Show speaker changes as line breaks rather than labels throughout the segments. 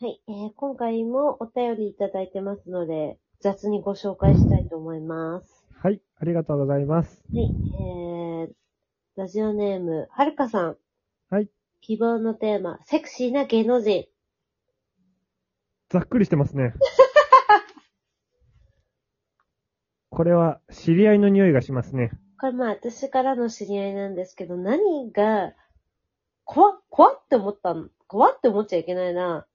はい、えー今回もお便りいただいてますので、雑にご紹介したいと思います。
はい、ありがとうございます。
はい、えー、ラジオネーム、はるかさん。
はい。
希望のテーマ、セクシーな芸能人。
ざっくりしてます ね。これは知り合いの匂いがしますね。
これまあ私からの知り合いなんですけど、何が、怖っ、怖っって思ったの、怖っって思っちゃいけないな。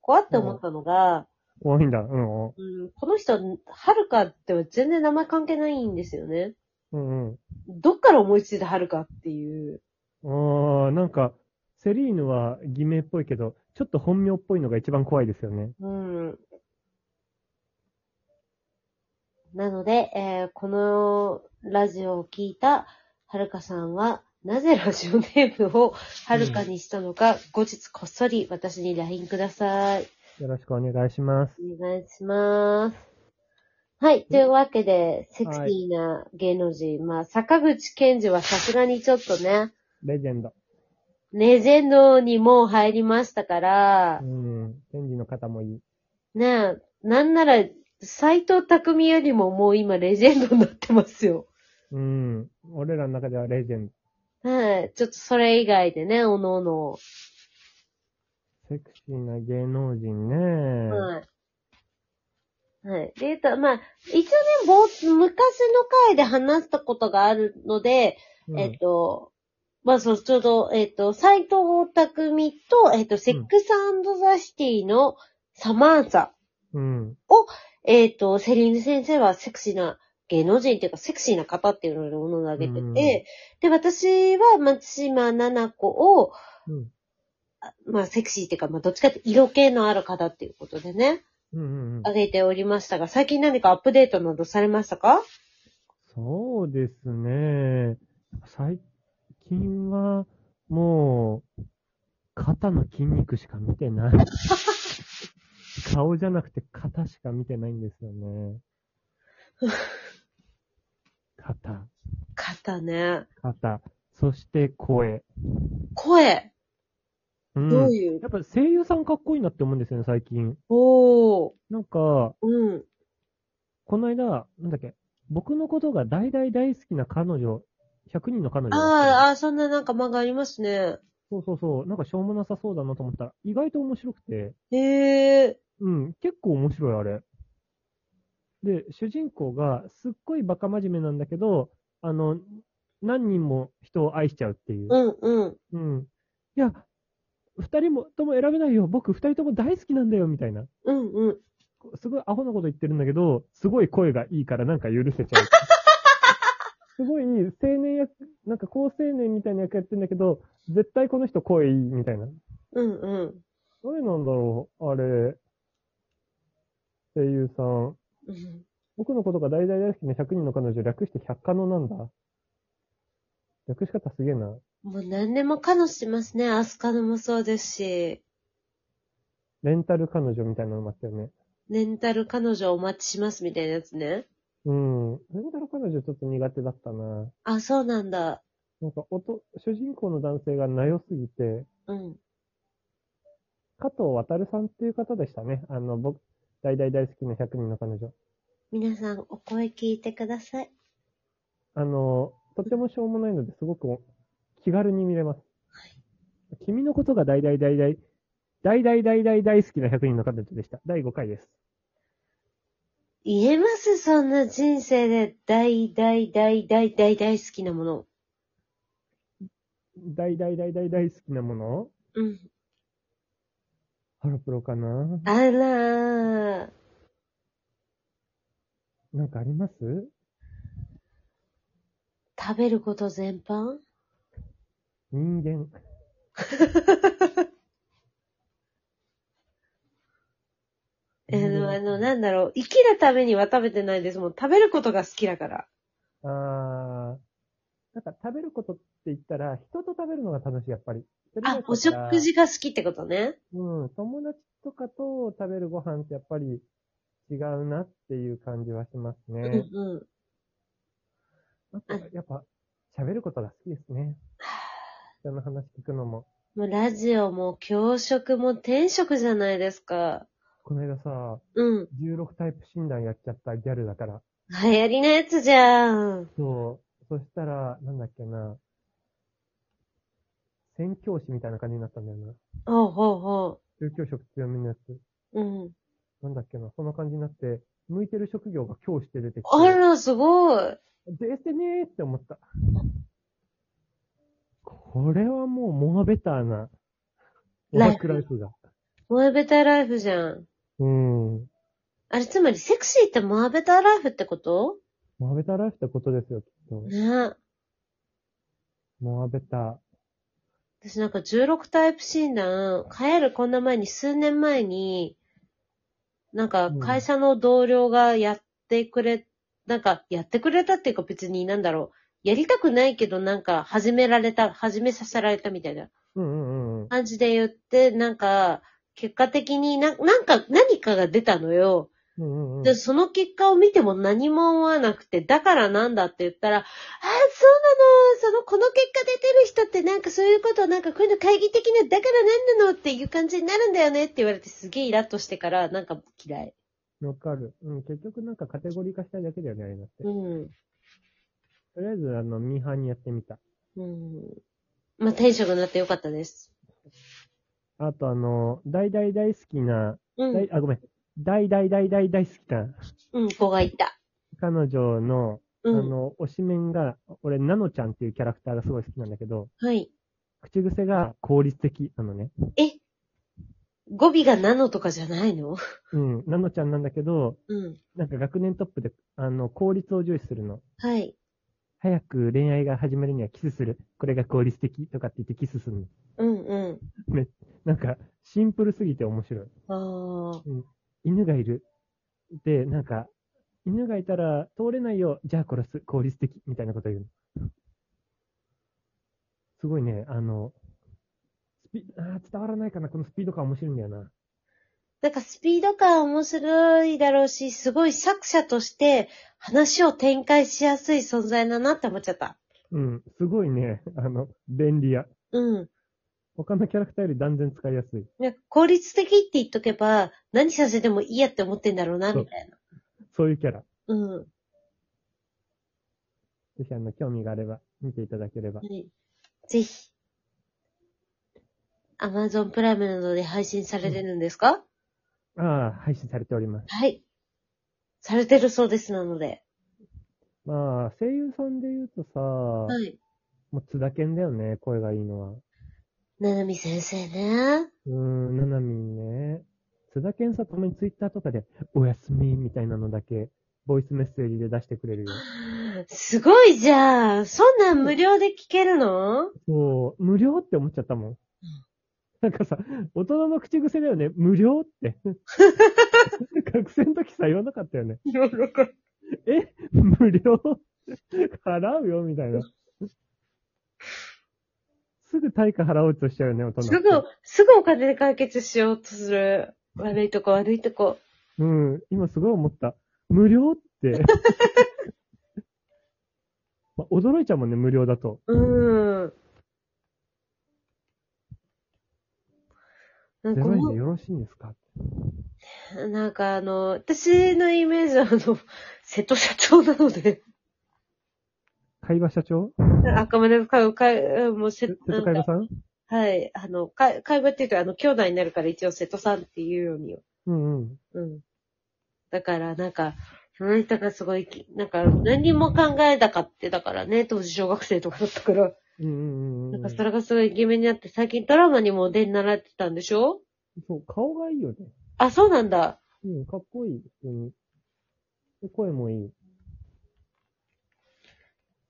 怖って思ったのが、
多いんだ。うんうん。
うん、この人、はるかっては全然名前関係ないんですよね。
うんうん。
どっから思いついたはるかっていう。
あー、なんか、セリーヌは偽名っぽいけど、ちょっと本名っぽいのが一番怖いですよね。
うん。なので、えーこのラジオを聞いたはるかさんは、なぜラジオネームをはるかにしたのか、後日こっそり私に LINE ください。
よろしくお願いします。
お願いします。はい。というわけで、セクシーな芸能人。まあ、坂口健二はさすがにちょっとね、
レジェンド。
レジェンドにもう入りましたから
う、ん。ケンジの方もいい。
ねえ、なんなら、斎藤匠よりももう今レジェンドになってますよ。
うん。俺らの中ではレジェンド。
はい。ちょっとそれ以外でね、おのおの。
セクシーな芸能人ね。
はい。はい。で、えっと、まあ、一応ね、ぼう昔の回で話したことがあるので、
うん
えっと、まあ、そう、ちょうど、えっと、斎藤匠と、えっと、セックスザシティのサマンサ。
うん。
えっと、セリーヌ先生はセクシーな芸能人っていうか、セクシーな方っていうので、おのを挙げて
うん
て、で、私は松島奈々子を、
うん。
まあ、セクシーっていうか、まあ、どっちかって色気のある方っていうことでね、
うんうんうん。
挙げておりましたが、最近何かアップデートなどされましたか
そうですね。最近は、もう、肩の筋肉しか見 てない。顔じゃなくて肩しか見てないんですよね。肩、
方ね。
肩、そして声。
声、
うん。
どういう、
やっぱ声優さんかっこいいなって思うんですよね、最近。
おー、
なんか、
うん、
この間、なんだっけ、僕のことが大大大好きな彼女、100人の彼女だったよね。
あーあー、そんななんか漫画ありますね。
そうそうそう。なんかしょうもなさそうだなと思ったら、意外と面白くて、
へえ、
うん、結構面白い、あれ。で、主人公がすっごいバカ真面目なんだけど、あの、何人も人を愛しちゃうっていう
う。ん、うん。
うん。いや、二人もとも選べないよ。僕二人とも大好きなんだよ、みたいな。
うん、うん。
すごいアホなこと言ってるんだけど、すごい声がいいからなんか許せちゃう。すごい青年役、なんか高青年みたいな役やってんだけど、絶対この人声いい、みたいな。
うん、うん。
誰なんだろうあれ。声優さん。
うん
僕のことが大大大好きな100人の彼女、略して100カノなんだ。略し方すげえな。
もう何でもかのしてますね。アスカのもそうですし、
レンタル彼女みたいなのもあったよね。
レンタル彼女お待ちしますみたいなやつね。
うん。レンタル彼女ちょっと苦手だったな。
あ、そうなんだ。
なんか、音、主人公の男性がなよすぎて、
うん。
加藤渡さんっていう方でしたね。あの、僕、大大大好きな100人の彼女。
皆さん、お声聞いてください。
あの、とてもしょうもないので、すごく気軽に見れます。君のことが大大大大、大大大大大好きな100人の彼女でした。第5回です。
言えますそんな人生で大大大大大大好きなもの。
大大大大大好きなもの
うん。
ハロプロかな
あらー。
なんかあります
食べること全般
人間。
えーでもあの、
ね。
なんだろう。生きるためには食べてないですもん。食べることが好きだから。
あー。なんか食べることって言ったら、人と食べるのが楽しい、やっぱり。それが
あ
やっ、ぱ
お食事が好きってことね。
うん、友達とかと食べるご飯ってやっぱり違うなっていう感じはします
うん
ね。
うん。
あとやっぱ喋ることが好きですね。人の話聞くのも。
もうラジオも教職も転職じゃないですか。
この間さ、
うん。
16タイプ診断やっちゃったギャルだから。
流行りのやつじゃん。
そう。そしたら、なんだっけな。宣教師みたいな感じになったんだよな。
ほうほうほ
宗教職強めのやつ。
う。うん。
なんだっけな。そんな感じになって、向いてる職業が教師で出てきて。
あら、すごい。
ですねーって思った。これはもうモアベターな、オ
ライフ
タクライフが。
モアベターライフじゃん。
うん。
あれ、つまりセクシーってモアベターライフってこと
モアベターライフってことですよ、きっと。
ね
モアベター。
私なんか16タイプ診断、帰るこんな前に数年前に、なんか会社の同僚がやってくれ、なんかやってくれたっていうか別になんだろう。やりたくないけどなんか始められた、始めさせられたみたいな
うんうんうん。
感じで言って、なんか結果的にな、なんか何かが出たのよ。
うんうんうん。
で、その結果を見ても何も思わなくて、だからなんだって言ったら、あー、そうなの、その、この結果出てる人ってなんかそういうこと、なんかこういうの会議的な、だからなんなのっていう感じになるんだよねって言われてすげえイラッとしてから、なんか嫌い。
わかる。うん、結局なんかカテゴリー化したいだけだよね、あれだって。
うん。
とりあえず、あの、ミーハーにやってみた。
うん。まあ、転職になってよかったです。
あと、あの、大大大好きな、
う
大
ん。
あ、ごめん。大大大大大好きな、
うん、子がいた。
彼女の、
う
あ
ん。
の、推しメンが、俺、ナノちゃんっていうキャラクターがすごい好きなんだけど、
はい。
口癖が効率的なのね。
え語尾がナノとかじゃないの
うん、ナノちゃんなんだけど、
うん。
なんか学年トップで、あの、効率を重視するの。
はい。
早く恋愛が始まるにはキスする。これが効率的とかって言ってキスするの。
うんうん。
なんか、シンプルすぎて面白い。
ああ。
犬がいる。で、なんか、犬がいたら通れないよ。じゃあ殺す。効率的。みたいなこと言うの。すごいね、あの、スピ、あー伝わらないかな。このスピード感面白いんだよな。
なんかスピード感面白いだろうし、すごい作者として話を展開しやすい存在だなって思っちゃった。
うん、すごいね、あの、便利や。
うん。
他のキャラクターより断然使いやすい。
ね効率的って言っとけば、何させてもいいやって思ってんだろうな、
そう
みたいな。
そういうキャラ。
うん。は
ぜひ、あの、興味があれば、見ていただければ。
いぜひ。Amazon プライムなどで配信されてるんですか、
ああ、配信されております。
はい。されてるそうですなので。
まあ、声優さんで言うとさ、
はい。
もう津田健だよね、声がいいのは。
ななみ先生ね。
うーん、ななみんね。津田健さ、たまにツイッターとかで、おやすみみたいなのだけ、ボイスメッセージで出してくれるよ。
すごいじゃん。そんなん無料で聞ける の
そう、無料って思っちゃったもん。なんかさ、大人の口癖だよね、無料 って。学生の時さ、言わなかったよね。え無料 払うよみたいな。すぐ対価払おうとしちゃうよね、大人。
すぐ、すぐお金で解決しようとする。悪いとこ、悪いとこ。
うん、今すごい思った。無料って。 まあ、驚いちゃうもんね、無料だと。
うーん。なんか
0円
も
でよろしいんですか
う、なんかあの、私のイメージはあの、 瀬戸社長なので、
会話社長
赤羽の会、会、もう瀬
瀬戸
な
会
ん
話
か
さん
はい、あの、会、会話っていうか、あの、兄弟になるから一応瀬戸さんっていうように
うんうん。
うん。だから、なんか、その人がすごいき、なんか、何も考えなかってたからね、当時小学生とかだったから。
うんうんうんう
なん
ん。
か、それがすごいイケメンになって、最近ドラマにもお出になられてたんでしょ
そう、顔がいいよね。
あ、そうなんだ。
うん、かっこいい、普通に。で声もいい。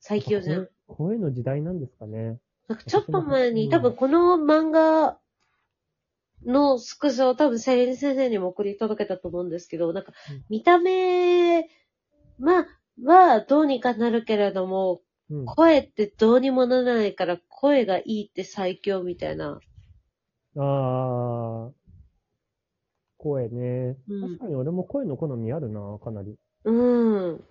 最強じゃん。
声の時代なんですかね。
なんか、ちょっと前
う
に、
ん
多分この漫画のスクショを多分、セリン先生にも送り届けたと思うんですけど、なんか
うん、
見た目、まあ、はどうにかなるけれども、
うん。
声ってどうにもならないから、声がいいって最強みたいな。
あー。声ね。
うん
確かに俺も声の好みあるな、かなり。
うん。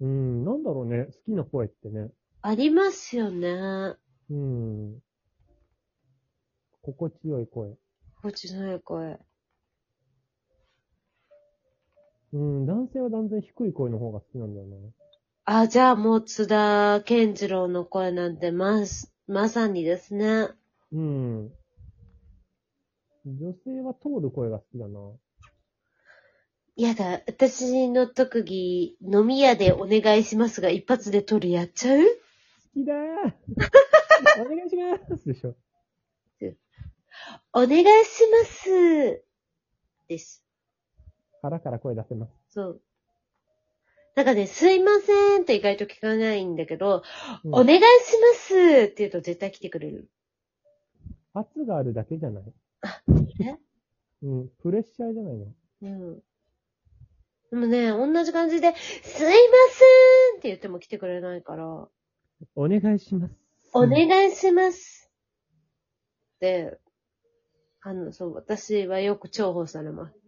うん、なんだろうね、好きな声ってね。
ありますよね。
うん。心地よい声。
心地のない声。
うん、男性は断然低い声の方が好きなんだよね。
あ、じゃあもう津田健次郎の声なんてまさ、まさにですね。
うん。女性は通る声が好きだな。
いやだ、私の特技、飲み屋でお願いしますが、一発で取るやっちゃう
好きだー お願いしますでしょ。
お願いします。です。
腹から声出せます。
そう。なんかね、すいませんって意外と聞かないんだけど、
うん
お願いしますって言うと絶対来てくれる。
圧があるだけじゃない
あえ
うん、プレッシャーじゃないの。
うん。でもね、同じ感じで、すいませんって言っても来てくれないから、
お願いします。
お願いします。で、あの、そう、私はよく重宝されます。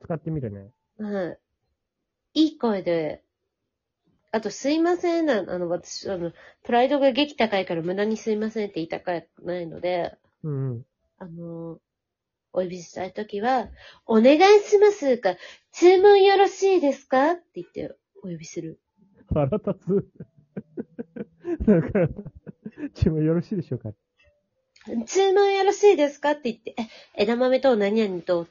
使ってみるね。
はい。いい声で、あと、すいませんなん、あの、私、あの、プライドが激高いから無駄にすいませんって言いたくないので、
うんうん。
あの、お呼びしたいときは、お願いしますか、注文よろしいですかって言って、お呼びする。
腹立つ。 なんか、注文よろしいでしょうか
注文よろしいですかって言って、え、枝豆と何々と、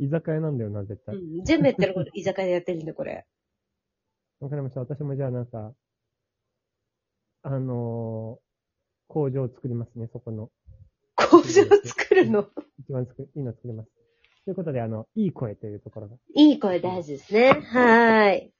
居酒屋なんだよな、絶
う
対。
ん、全部やってること、居酒屋でやってるんだ、これ。
わかりました。私もじゃあなんか、あのー工場を作りますね、そこの。
工場作るの。
一番作いいの作ります。ということで、あの、いい声というところが。
いい声大事ですね。はーい。